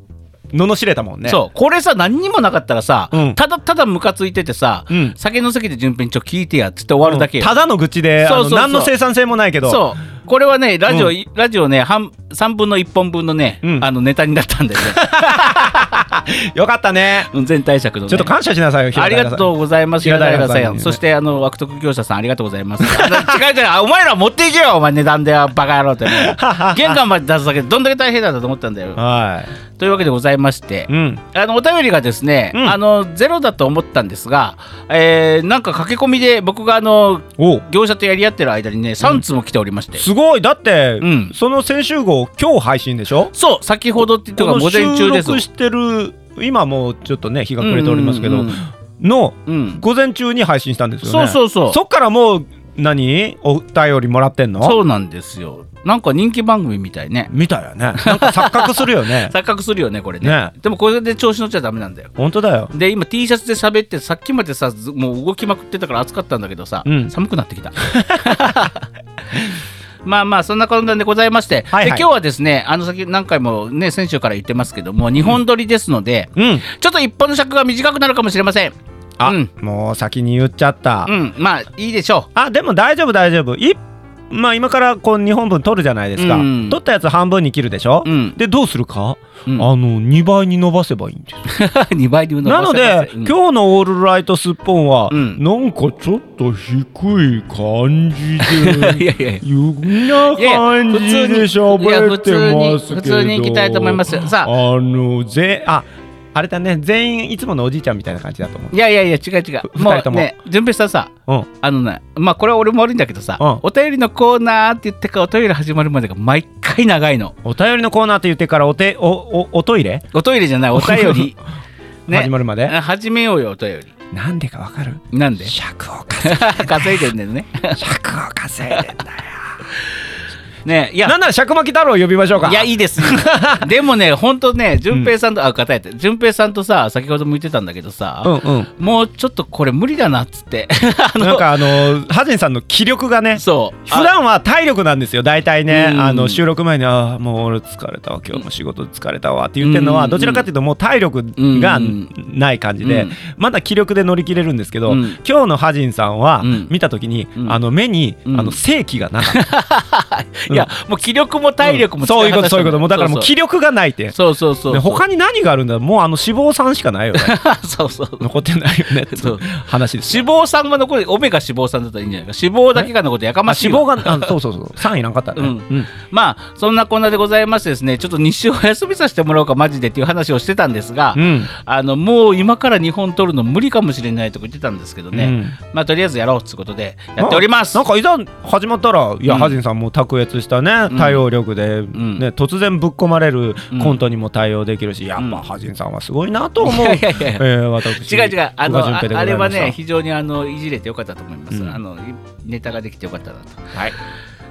F: 罵れたもんね
A: そうこれさ何にもなかったらさ、
F: うん
A: ただただムカついててさ、
F: うん
A: 酒の席で順平にちょ聞いてやっつって終わるだけよ、
F: ただの愚痴であ
A: そう
F: の
A: そうそう
F: 何の生産性もないけど
A: そうこれはねラジオ、
F: う
A: ラジオね半3分の1本分のね、
F: うん
A: あのネタになったん だよね
F: よかったね
A: うん全体尺のね
F: ちょっと感謝しなさいよ平
A: あ
F: 田
A: り
F: さん
A: がとうございます。
F: 平
A: 平田
F: 田さん
A: さ
F: にね
A: ん。そして、あの、悪徳業者さん、ありがとうございます。あの違う違う、あお前ら持っていけよ、お前値段で、バカ野郎って。 玄関まで出すだけで、どんだけ大変なんだと思ったんだよ。
F: は
A: というわけでございまして
F: い、う、ん、
A: あのお便りがですね、
F: うん
A: あのゼロだと思ったんですが、えーなんか駆け込みで僕があの
F: おう
A: 業者とやり合ってる間にね3通も来ておりまして、
F: すごいだって、
A: うん
F: その先週号今日配信でしょ
A: そう先ほどっていう
F: こ
A: のが
F: の
A: 午前中です
F: 収録してる今もうちょっとね日が暮れておりますけど、
A: うんうん
F: の
A: うんうん
F: 午前中に配信したんですよ
A: そう
F: ね
A: そうそう
F: そっからもう何お便りもらってんの
A: そうなんですよなんか人気番組みたいね
F: みたいよねなんか錯覚するよ ね
A: 錯覚するよねこれね
F: ね
A: でもこれで調子乗っちゃダメなんだよ
F: 本当だよ
A: で今 T シャツで喋ってさっきまでさずもう動きまくってたから暑かったんだけどさ、
F: うん
A: 寒くなってきた。 まあまあそんなことなんでございまして、
F: はいはい
A: で今日はですねあの先何回もね先週から言ってますけども日本撮りですので、
F: うん
A: ちょっと一本の尺が短くなるかもしれません。
F: あ、
A: うん
F: もう先に言っちゃった、
A: うんまあいいでしょ
F: あでも大丈夫大丈夫一まあ今からこう2本分取るじゃないですか、
A: うん
F: 取ったやつ半分に切るでしょ、
A: うん
F: でどうするか、
A: うん
F: あの2倍に伸ばせばいいんです
A: 2倍に伸
F: な
A: ば
F: の
A: せ
F: で、
A: ますうん
F: 今日の「オールライトスッポンは」
A: うん
F: なんかちょっと低い感じ
A: い
F: で。
A: やいやいや
F: ゆんない
A: や
F: 感じでしょ
A: 普通にいや普通に
F: ますけ
A: 普
F: ど
A: 通に行きたいと思いますよさあ
F: あのぜああれだね全員いつものおじいちゃんみたいな感じだと思う
A: いやいやいや違う違う
F: ふ
A: も
F: 二人と
A: う
F: も
A: ね順平さんさ
F: うん
A: あのねまあこれは俺も悪いんだけどさ、
F: うん
A: お便りのコーナーって言ってからお便り始まるまでが毎回長いの
F: お便りのコーナーって言ってからお手おおおトイレ、
A: おトイレじゃ ないお便り
F: 始まるまで
A: あ始めようよお便り
F: なんでかわかる
A: なんで
F: 尺を稼い
A: 稼いでんだよね
F: 尺を稼いでんだよ
A: ねいや
F: なんなら尺巻き太郎を呼びましょうか
A: いやいいです でもねほんとね順平さんと、あ答えて順平さんとさ先ほども言ってたんだけどさ、
F: うんうん
A: もうちょっとこれ無理だなっつって あの
F: なんかあのハジンさんの気力がね
A: そう
F: 普段は体力なんですよ大体ね
A: うん
F: あの収録前に「ああもう俺疲れたわ今日も仕事疲れたわ」って言ってるの
A: う
F: は
A: ん
F: どちらかというともう体力が
A: うん
F: ない感じで
A: うん
F: まだ気力で乗り切れるんですけど
A: うん
F: 今日のハジンさんは
A: うん
F: 見た時に
A: うん
F: あの目に
A: うん
F: あの正気がなかった
A: いや、もう気力も 体力も使
F: そういうこ
A: 果た
F: と
A: したん
F: そう
A: だ
F: いうこともうだからもう気力がないって
A: そうそうそうそうそう
F: で他に何があるんだもうあの脂肪酸しかな いよね
A: そうそう
F: 残ってないよねって
A: そう
F: 話です
A: 脂肪酸が残るオメガ脂肪酸だったらいいんじゃないか脂肪だけが残ってやか
F: ま
A: ま
F: あ
A: しい
F: 脂
A: わ
F: 肪があそうそうそう酸いらんかったね
A: うんまあそんなこんなでございましてですねちょっと日誌をお休みさせてもらおうかマジでっていう話をしてたんですが、
F: うん
A: あのもう今から日本撮るの無理かもしれないとか言ってたんですけどね、
F: うん
A: まあとりあえずやろうっつうことでやっております、
F: なんかいざ始まったらいや、
A: うん
F: ハジンさんも卓越したね
A: ん
F: 対応力で、
A: ん
F: ね、突然ぶっ込まれる
A: うん
F: コントにも対応できるし、やっ
A: うん
F: ぱハジンさんはすごいなと思う、
A: いや
F: え
A: いやいや
F: ー私
A: 違う違うあの
F: 宇賀
A: あ
F: 淳平でござ
A: あ
F: い
A: れは
F: ました
A: ね非常にあのいじれてよかったと思います、
F: うん
A: あのいネタができてよかったなと
F: はい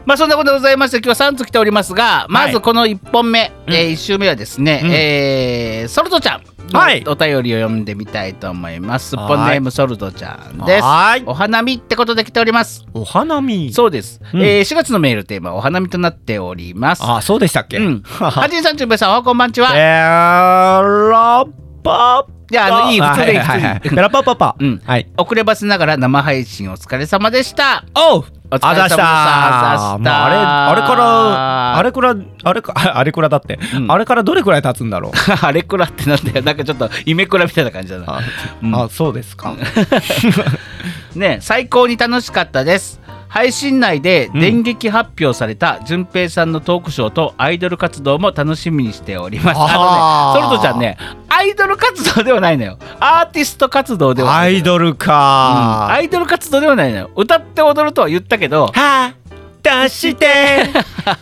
A: まあそんなことでございまして今日は3つ来ておりますがまずこの1本目、え1週目はですね、
F: うん
A: えーソルトちゃんの
F: はい
A: お便りを読んでみたいと思います、
F: はい
A: ポンネームソルトちゃんです
F: はい
A: お花見ってことで来ております
F: お花見
A: そうです、
F: うん
A: えー4月のメールテーマはお花見となっております
F: あそうでしたっけ、
A: うん。
F: は
A: はじんさん、ちゅんべいさん、おはこんばんち
F: え
A: は。
F: ーラッパ
A: いや、あの、いい、普通でいい、
F: ははは
A: 普通でいい。
F: ラッパパパ、
A: うん
F: はい
A: 遅ればせながら生配信お疲れ様でした。
F: おう
A: お疲れ様でした
F: あざし
A: ざし
F: た
A: た
F: まあ、あれあれからあれからあれかあれからだって、
A: うん
F: あれからどれくらい経つんだろう
A: あれくらってなんだよ。なんかちょっと、イメクラみたいな感じだな。
F: あ,、
A: うん
F: あそうですか
A: ねえ最高に楽しかったです。配信内で
F: ん
A: 電撃発表された順平さんのトークショーとアイドル活動も楽しみにしております。あ
F: あー
A: のね、ソルトちゃんね、アイドル活動ではないのよ。アーティスト活動ではな
F: ア
A: い。
F: イドル
A: うん
F: か
A: アイドル活動ではないのよ。歌って踊るとは言ったけど、
F: は出して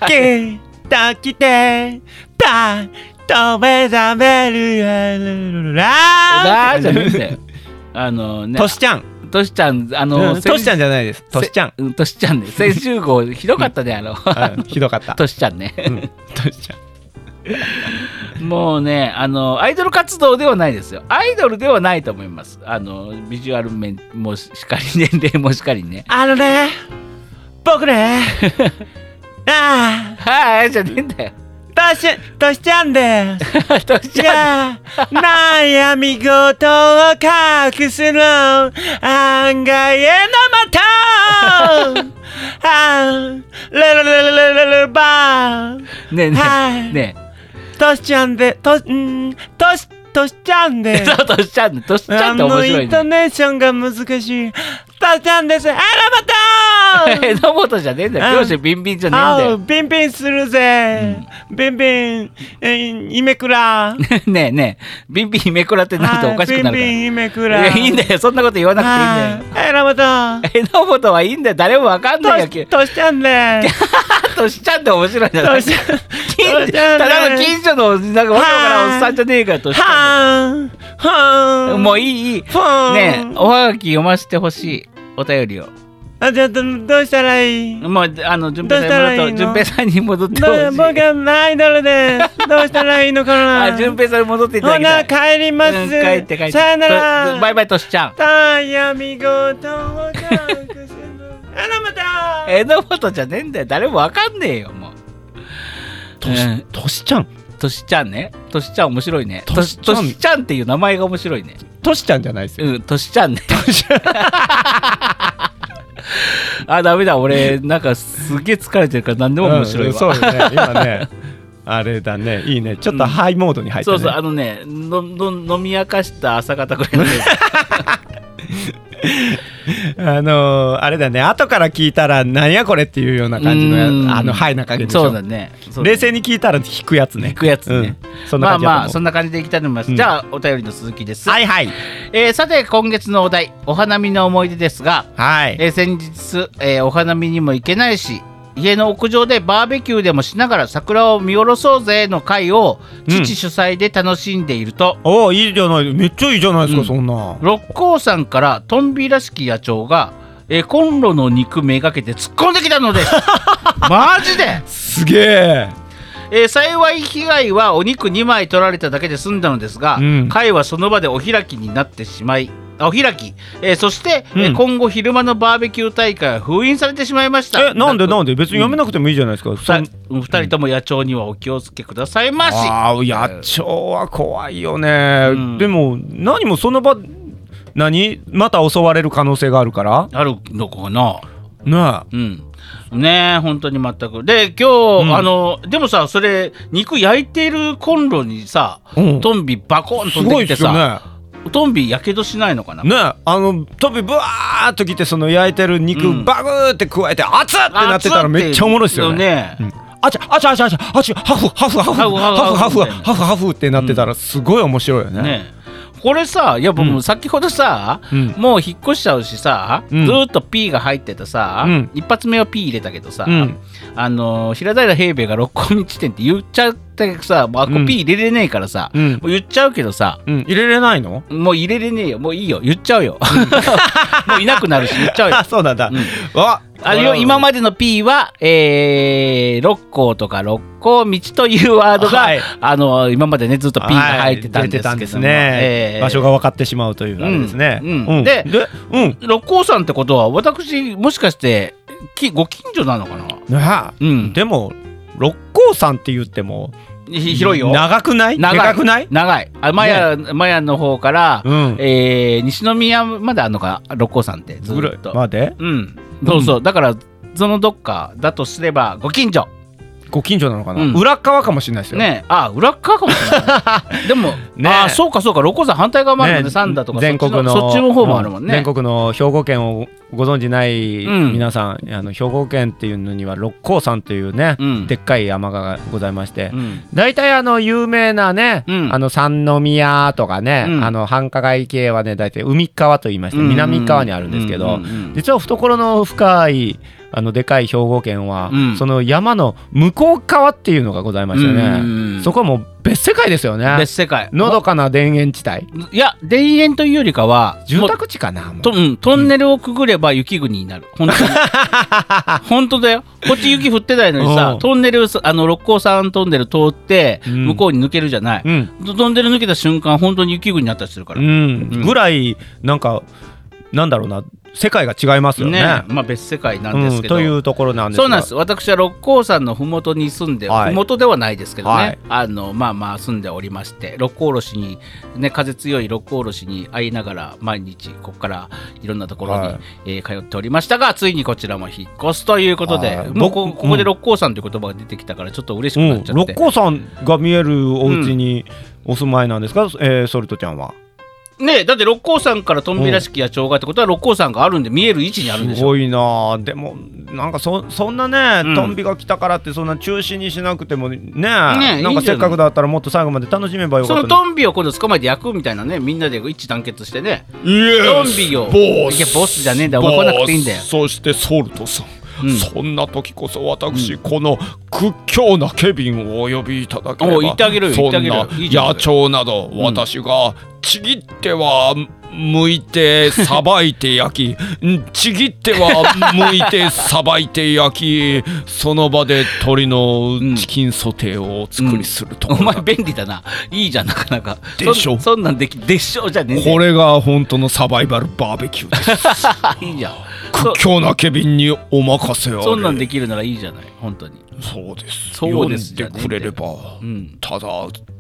F: きたきてたと目覚める
A: あー
F: ラ
A: じゃねえんだよ。あのね、
F: としちゃん
A: としちゃん、あの、
F: うんとしちゃんじゃないですとしちゃん
A: ん。としちゃんね、先週号、ひどかったね、あの、
F: うんひどかった
A: としちゃんね。
F: うんとしちゃん
A: もうね、あの、アイドル活動ではないですよ。アイドルではないと思います。あの、ビジュアル面もしかり、年齢もしかりね。
F: あのね僕ねあ
A: はい、じゃねえんだよ。
F: あとしとしちゃんです
A: としちゃん。
F: ゃ悩み事を隠すの案外えなまたあレレレレレレバー
A: ねえね
F: はい
A: え、ね
F: トシちゃんでとんとしとしちゃん
A: え。
F: で
A: そう、としちゃんね、としちゃんって面白
F: イ
A: い
F: ン ト
A: ね。
F: ネーションが難しいとしちゃんですえなまた
A: えのもとじゃねえんだ
F: う
A: よ。
F: ん
A: 教師ビンビンじゃねえんだ
F: あ
A: よ。
F: ビンビンするぜ、ビンビンえイメ クラ
A: ねえねえ、ビンビンめくらってなるとおかしくなるから。
F: ビンビンイメク
A: いや
F: ラ
A: いいんだよ、そんなこと言わなくていいんだよ。
F: はい、えらまた。
A: 榎本はいいんだよ、誰もわかんないよ。き
F: としちゃんね。
A: としちゃんって面白いじゃない
F: としち ゃん。
A: 近ただの近所のなんかわけわからんおっさんじゃねえからとしちゃ
F: はん。はん。
A: ん。もういい、いい。ね
F: ふん。
A: え、おはがき読ませてほしい。お便りを。
F: あ、じゃあど、どうしたらいい
A: もう、あの、順平さんに戻ろうと、
F: ど
A: 順
F: うしたらいいの
A: 平さんに戻ってほ
F: ど
A: し
F: う僕
A: い。
F: はアイド ルです。どうしたらいいのか
A: あ、順
F: な
A: 平さんに戻っていた
F: ほ
A: だきた。
F: ない帰ります。
A: うん帰って帰って。
F: さよなら。
A: とバイバイ、としちゃん。
F: 悩み事を隠 すの。あらまた。
A: 榎本じゃねえんだよ、誰もわかんねえよ、もう。とし
F: としちゃん。
A: としちゃんね。としちゃん面白いね。と
F: と
A: し
F: し
A: としちゃんっていう名前が面白いね。
F: としちゃんじゃないですよ。
A: うん、としちゃんね。 あ、ダメだ。俺、なんかすげえ疲れてるから何でも面白いわ。
F: うんそうだね今 ねあれだねいいねちょっとハイモードに入って、
A: そ
F: ね
A: うそう、あのね、のの飲み明かした朝方ぐらいのね
F: あのーあれだね後から聞いたらなんやこれっていうような感じのや
A: うん
F: あのハイな感じでしょ
A: そうだね。そうだね
F: 冷静に聞いたら引くやつね
A: 行くやつね。
F: うん、そん
A: まあ
F: な感じだと
A: まあ、
F: 思う
A: そんな感じでいきたいと思います。
F: うん
A: じゃあ、お便りの続きです。
F: はいはい
A: えーさて、今月のお題、お花見の思い出ですが、
F: はい
A: えー先日、えーお花見にも行けないし家の屋上でバーベキューでもしながら桜を見下ろそうぜの会を
F: うん
A: 父主催で楽しんでいると、
F: おおいいじゃないめっちゃいいじゃないですか、
A: うん
F: そんな
A: 六甲山からトンビらしき野鳥が、えーコンロの肉めがけて突っ込んできたのです マジで、
F: すげえ
A: えー幸い被害はお肉2枚取られただけで済んだのですが、
F: うん
A: 会はその場でお開きになってしまいあお開き、えーそして、えー
F: うん
A: 今後昼間のバーベキュー大会は封印されてしまいました
F: えなんで
A: と
F: なんで別にやめなくてもいいじゃないですか、そ
A: さ
F: ん
A: 二人とも野鳥にはお気をつけくださいまし。
F: ああ野鳥は怖いよね、
A: うん
F: でも何もその場何また襲われる可能性があるから
A: あるのかな。
F: ね
A: うん。ねえ本当に全く。で今日、
F: うん
A: あのでもさそれ肉焼いてるコンロにさ
F: え、うん
A: トンビバコーン
F: す
A: 飛んで
F: ごい
A: きて
F: ですよ
A: さ、
F: ね
A: トンビやけどしないのかな。
F: ねえあの飛びブワーっときてその焼いてる肉、
A: うん
F: バグーって加えて熱っってなってたらめっちゃおもろいですよね。
A: ね
F: うんあちゃあちゃあちゃあちゃあちゃハフハフハフハ
A: ハ
F: フ
A: フ
F: ハ
A: ハ
F: フ
A: フ
F: ハフハフハフってなってたらすごい面白いよね。
A: ねえこれさやっぱもう先ほどさ、
F: うん
A: もう引っ越しちゃうしさ、
F: うん
A: ずーっと P が入ってたさ、
F: うん
A: 一発目は P 入れたけどさ、
F: うん
A: あのー平平平兵衛が六甲に地点って言っちゃったけどさもうあこ
F: うん
A: ピー入れれねえからさ、
F: うん
A: もう言っちゃうけどさ
F: うん入れれないの？
A: もう入れれねえよもういいよ言っちゃうよ もういなくなるし言っちゃうよ
F: あそうなんだ。
A: うん
F: わ
A: あれよ今までの P は、えー、六甲とか六甲道というワードが、
F: はい
A: あのー今までねずっと P が入ってたんですけども、
F: はい出てたんですね、
A: えー
F: 場所が分かってしまうというあれですね。
A: うんうんで
F: うん
A: 六甲山ってことは私もしかしてきご近所なのかな
F: ねえ
A: うん
F: でも六甲山って言っても
A: ひ広いよ
F: 長くない？
A: 長い
F: でかくない？
A: 長いあマヤ、マヤの方から、
F: うん
A: えー西宮まであるのか六甲山ってず
F: ぐら
A: っ
F: い
A: と、
F: まで？
A: うんそうそう、だからそのどっかだとすればご近所
F: ご近所なのかな、
A: うん
F: 裏側かもしれないですよ。
A: ねあ裏っ側かもしれ ないでも、
F: ね
A: あそうかそうか六甲山反対側もあるもんね
F: ね
A: 三田とか
F: 全国の
A: そっちのそっちの方もあるもんね、
F: 全国の兵庫県をご存じない
A: うん
F: 皆さん、あの兵庫県っていうのには六甲山というね、
A: うん
F: でっかい山がございまして、
A: うん
F: 大体あの有名なね、
A: うん
F: あの三宮とかね、
A: うん
F: あの繁華街系はね大体海側と言いまし
A: う
F: て
A: ん
F: 南側にあるんですけ
A: う
F: ど、
A: んうん
F: 実は懐の深いあのでかい兵庫県は、
A: うん
F: その山の向こう側っていうのがございましてね、
A: うん
F: そこはもう別世界ですよね。
A: 別世界
F: のどかな田園地帯
A: いや田園というよりかは
F: 住
A: もう
F: 宅地かなもう
A: とうん、トンネルをくぐれば雪国になる本当に 本当だよこっち雪降ってないのに
F: う
A: さ
F: ん
A: トンネルあの六甲山トンネル通って
F: うん
A: 向こうに抜けるじゃない、
F: うん、
A: トンネル抜けた瞬間本当に雪国になったりするから、
F: う
A: ね
F: ん、ぐらいなんかなんだろうな世界が違いますよね。
A: まあ別世界な
F: うん
A: です
F: ん、
A: けど、
F: というところなんですが
A: そうなんです私は六甲山の麓に住んで、
F: はい
A: 麓ではないですけどね、
F: はい
A: あのまあまあ住んでおりまして六甲おろしに、ね、風強い六甲おろしに会いながら毎日ここからいろんなところに、
F: はい
A: えー通っておりましたがついにこちらも引っ越すということで、
F: はい
A: もうこ
F: 僕
A: ここで六甲山という言葉が出てきたからちょっと嬉しく
F: う
A: なっ
F: ん、
A: ちゃっ
F: 六
A: て、
F: 甲山が見えるお家にお住まいなんですか、えーソルトちゃんは。
A: ねえだって六甲山からトンビらしき野鳥がってことは六甲山があるんで見える位置にあるんですしょ
F: ごいなあでもなんかそそんなね、
A: うん
F: トンビが来たからってそんな中止にしなくてもね
A: え
F: なんかせっかくだったらもっと最後まで楽しめばよ
A: そ
F: か
A: の
F: ったの
A: トンビを今度捕まえて焼くみたいなねみんなで一致団結してね
G: ゾ
A: ゾンビよ
G: ボス
A: いやボスじゃねえんだよお前来なくていいんだよ
G: ボスそしてソルトさん、
A: うん
G: そんな時こそ私、この屈強なケビンをお呼びいただければ
A: おう言ってあげるよ
G: そんな
A: 言ってあげるよいいじゃん
G: 野鳥など
A: ん
G: 私がちぎっては剥いてさばいて焼きんちぎっては剥いてさばいて 焼きその場で鶏のチキンソテーをお作りするとこ
A: お
G: ろだ、
A: 前便利だな。いいじゃん、なかなか。
G: でしょ
A: そんそんなんでき、でしょじゃねえんだよ
G: これが本当のサバイバルバーベキューです
A: あいいじゃん。
G: 屈強なケビンにお任せあれ
A: そそんなんできるならいいじゃない、本当に。
H: そうです
A: そうです
H: 読んでくれれば、
A: うん
H: ただ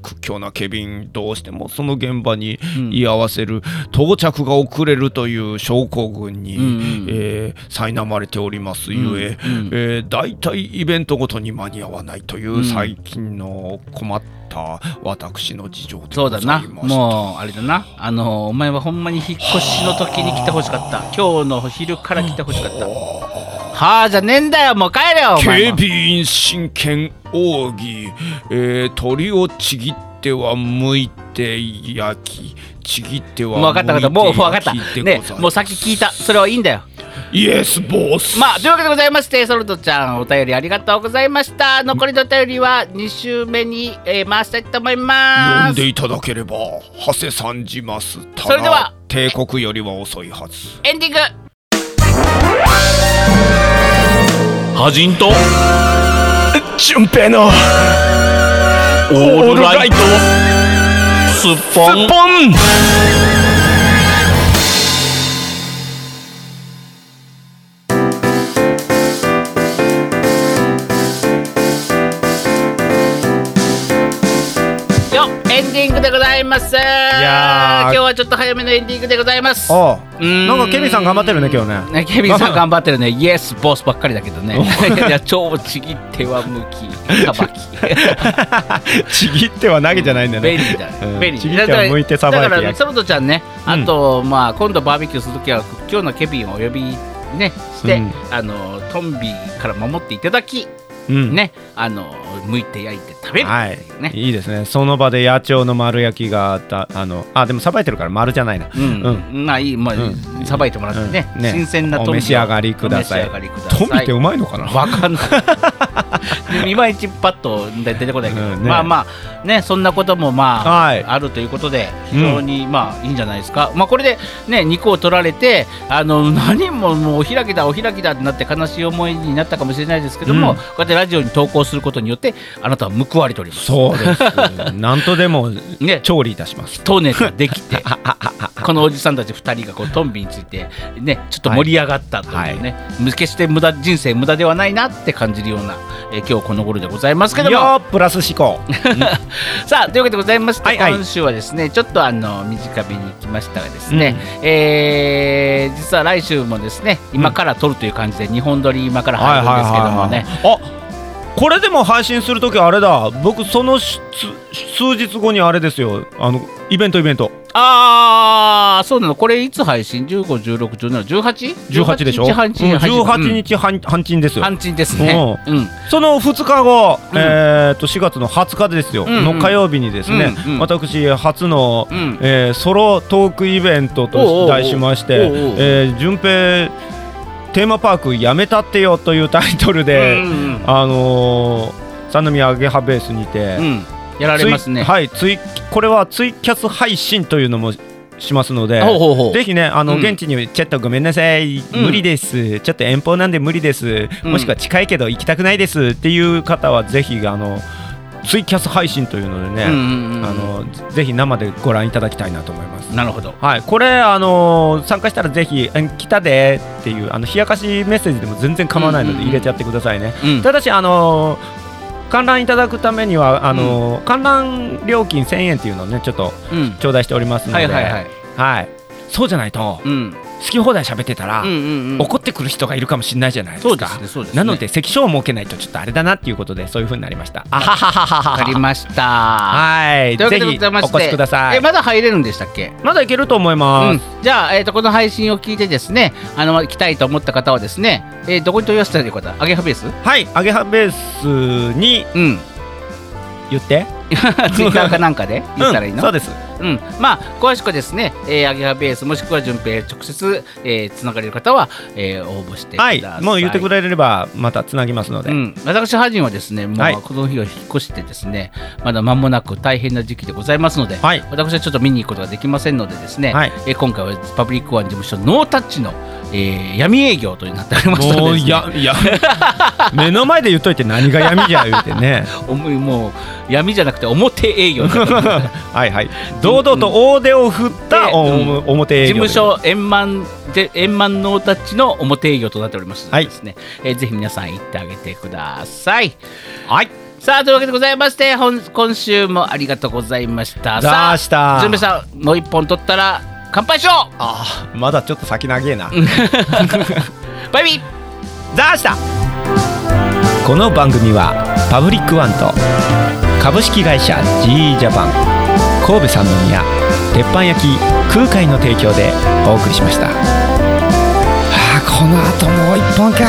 H: 屈強なケビンどうしてもその現場に居合わせる、到着が遅れるという症候群に、
A: ん
H: えー苛まれておりますゆえ、えー大体イベントごとに間に合わないという最近の困った私の事情で
A: そ
H: ご
A: う
H: ざ
A: だ
H: いま
A: な
H: す
A: もうあれだなあのお前はほんまに引っ越しの時に来てほしかった今日のお昼から来てほしかったはあじゃねえんだよもう帰れよお前
H: 警
A: も
H: 備員真剣奥義、えー鳥をちぎっては剥いて焼きちぎっては
A: もう分かった分かったもう分かったねもう
H: さ
A: 先聞いたそれはいいんだよ
H: イエスボス
A: まあというわけでございましてソルトちゃんお便りありがとうございました残りのお便りは2週目に、えー回したいと思い
H: 呼
A: ま
H: ん
A: す
H: でいただければ長谷さんじますただ
A: それでは
H: 帝国よりは遅いはず
A: エンディング
I: はじんと
H: 純平の
I: オールライトスッポン
H: ン
A: よエンディングでございます
F: やー
A: 今日はちょっと早めのエンディングでございます
F: ああ
A: うー
F: なんかケビンさん頑張ってるね今日ね
A: ねケビンさん頑張ってる ね、イエス、ボスばっかりだけどね、いや、超ちぎっては向 き、さばき、
F: ちぎっては投げじゃないんだよ
A: 便
F: ね
A: 利だ
F: う
A: ね、
F: ん
A: 便利
F: ちぎっては剥いてさばいて
A: だから、
F: 焼く
A: ソルトちゃんね、
F: うん
A: あと、まあ、今度バーベキューするときは、今日のケビンをお呼びね、して、
F: うん
A: あの、トンビから守っていただき、
F: うん
A: ね、あの、剥いて焼いて食べる
F: はい
A: っていうね。
F: いいですねその場で野鳥の丸焼きがあったあのあでもさばいてるから丸じゃないな
A: うん、まあいい、ま
F: う
A: あ、さばいてもらってね、
F: うんね
A: 新鮮なトンビを
F: お召し上がりくださ
A: お
F: い
A: 召し上がりください
F: トンビってうまいのかな
A: わかんない。い まいちパッと出てこないけど、
F: うんね
A: まあまあねそんなこともまあ、
F: はい
A: あるということで非常にまあいいんじゃないですか。まあこれでね肉を取られてあの何ももうお開きだお開きだってなって悲しい思いになったかもしれないですけども、
F: うん
A: こうやってラジオに投稿することによってあなたは報われております。
F: そうですなんとでも
A: ね
F: 調理いたします
A: トーネができ てこのおじさんたち2人がこうトンビについて、ね、ちょっと盛り上がったというね、決して無駄人生無駄ではないなって感じるような、えー今日この頃でございますけど
F: よ
A: も
F: ープラス思考
A: さあというわけでございまして、
F: はいはい
A: 今週はですねちょっとあの短めに来ましたがですね、えー実は来週もですね今から撮るという感じで日本撮り今から入るんですけどもね、
F: あこれでも配信するときあれだ僕そのし数日後にあれですよあのイベントイベント
A: ああそうなのこれいつ配信 ?15161718?18
F: 18でしょうん18日半半賃ですよ
A: 半賃ですね。うん
F: その2日後、
A: うん
F: えー、と4月の20日ですよ、
A: うんうん
F: の火曜日にですね、
A: うんうん
F: 私初の、
A: うん
F: えーソロトークイベン
A: お
F: ト
A: うおうお
F: と
A: う
F: 題しまし
A: おうおう
F: て「えー順平テーマパークやめたってよ」というタイトルで、
A: うん
F: あのー三宮アゲハベースにて、
A: うんやられますね。
F: ツイはいツイこれはツイキャス配信というのもしますので
A: ほうほうほう
F: ぜひねあの、
A: うん
F: 現地にちょっとごめんなさい、
A: ん
F: 無理ですちょっと遠方なんで無理です、
A: うん
F: もしくは近いけど行きたくないですっていう方はぜひあのツイキャス配信というので
A: うんうんう
F: ね、
A: ん
F: あのぜひ生でご覧いただきたいなと思います。
A: なるほど。
F: はい、これ、あのー参加したらぜひうん「来たで」っていうあの冷やかしメッセージでも全然構わないの
A: うんうん
F: で
A: うん
F: 入れちゃってくださいね。
A: うん
F: ただし、あのー観覧いただくためにはあのー観覧料金1000円っていうのをねちょっと
A: うん
F: 頂戴しておりますの
A: は
F: で、
A: いはいはい。
F: はいそうじゃないと、
A: う
F: 好
A: ん
F: き放題喋ってたら、
A: うんうんうん
F: 怒ってくる人がいるかもしれないじゃないですか
A: そうですねそうですね
F: なので関所を設けないとちょっとあれだなっていうことでそういうふうになりましたあはははは
A: わかりました。
F: はい
A: というわけ
F: ぜ
A: でご
F: ひ
A: ざいま
F: お
A: して
F: 越しくださ
A: え
F: いま
A: まだ入れるんでしたっけ？
F: だいけると思いま
A: う
F: す、
A: ん、じゃあ、えー、とこの配信を聞いてですねあの来たいと思った方はですね、えーどこに問い合わせたらいいかアゲハベース
F: はいアゲハベースに
A: うん
F: 言って
A: ツイッターかなんかで言ったらいいの、
F: うんそうです
A: うん、まあ詳しくはですね、えー、アゲハベースもしくは順平直接、えー、つながれる方は、えー応募してくだ
F: は
A: さい、
F: いもう言ってくれればまたつなぎますので、
A: うん、私ハジンはですねも
F: はいう
A: この日を引っ越してですね、まだ間もなく大変な時期でございますので、
F: はい
A: 私はちょっと見に行くことができませんのでですね、
F: はい
A: えー今回はパブリックワン事務所ノータッチのえー闇営業となっており ました
F: も
A: の
F: う
A: で
F: いやいや目の前で言っといて何が闇じゃ言う てね
A: おももう闇じゃなくて表営業になっております
F: はいはい堂々と大手を振ったおも表営
A: 事
F: 業
A: 務所円満で円満ノータッチの表営業となっておりますのでですね、えーぜひ皆さん行ってあげてください
F: はい
A: さあというわけでございまして本今週もありがとうございました
F: だ
A: さ
F: ー
A: あ
F: した
A: 純平さんもう一本取ったら乾杯しよ
F: あーまだちょっと先長えな
A: うバイビー
F: ザーしたこの番組はパブリックワンと株式会社 GE ジャパン神戸三宮鉄板焼き空海の提供でお送りしました。
E: あーこの後もう一本か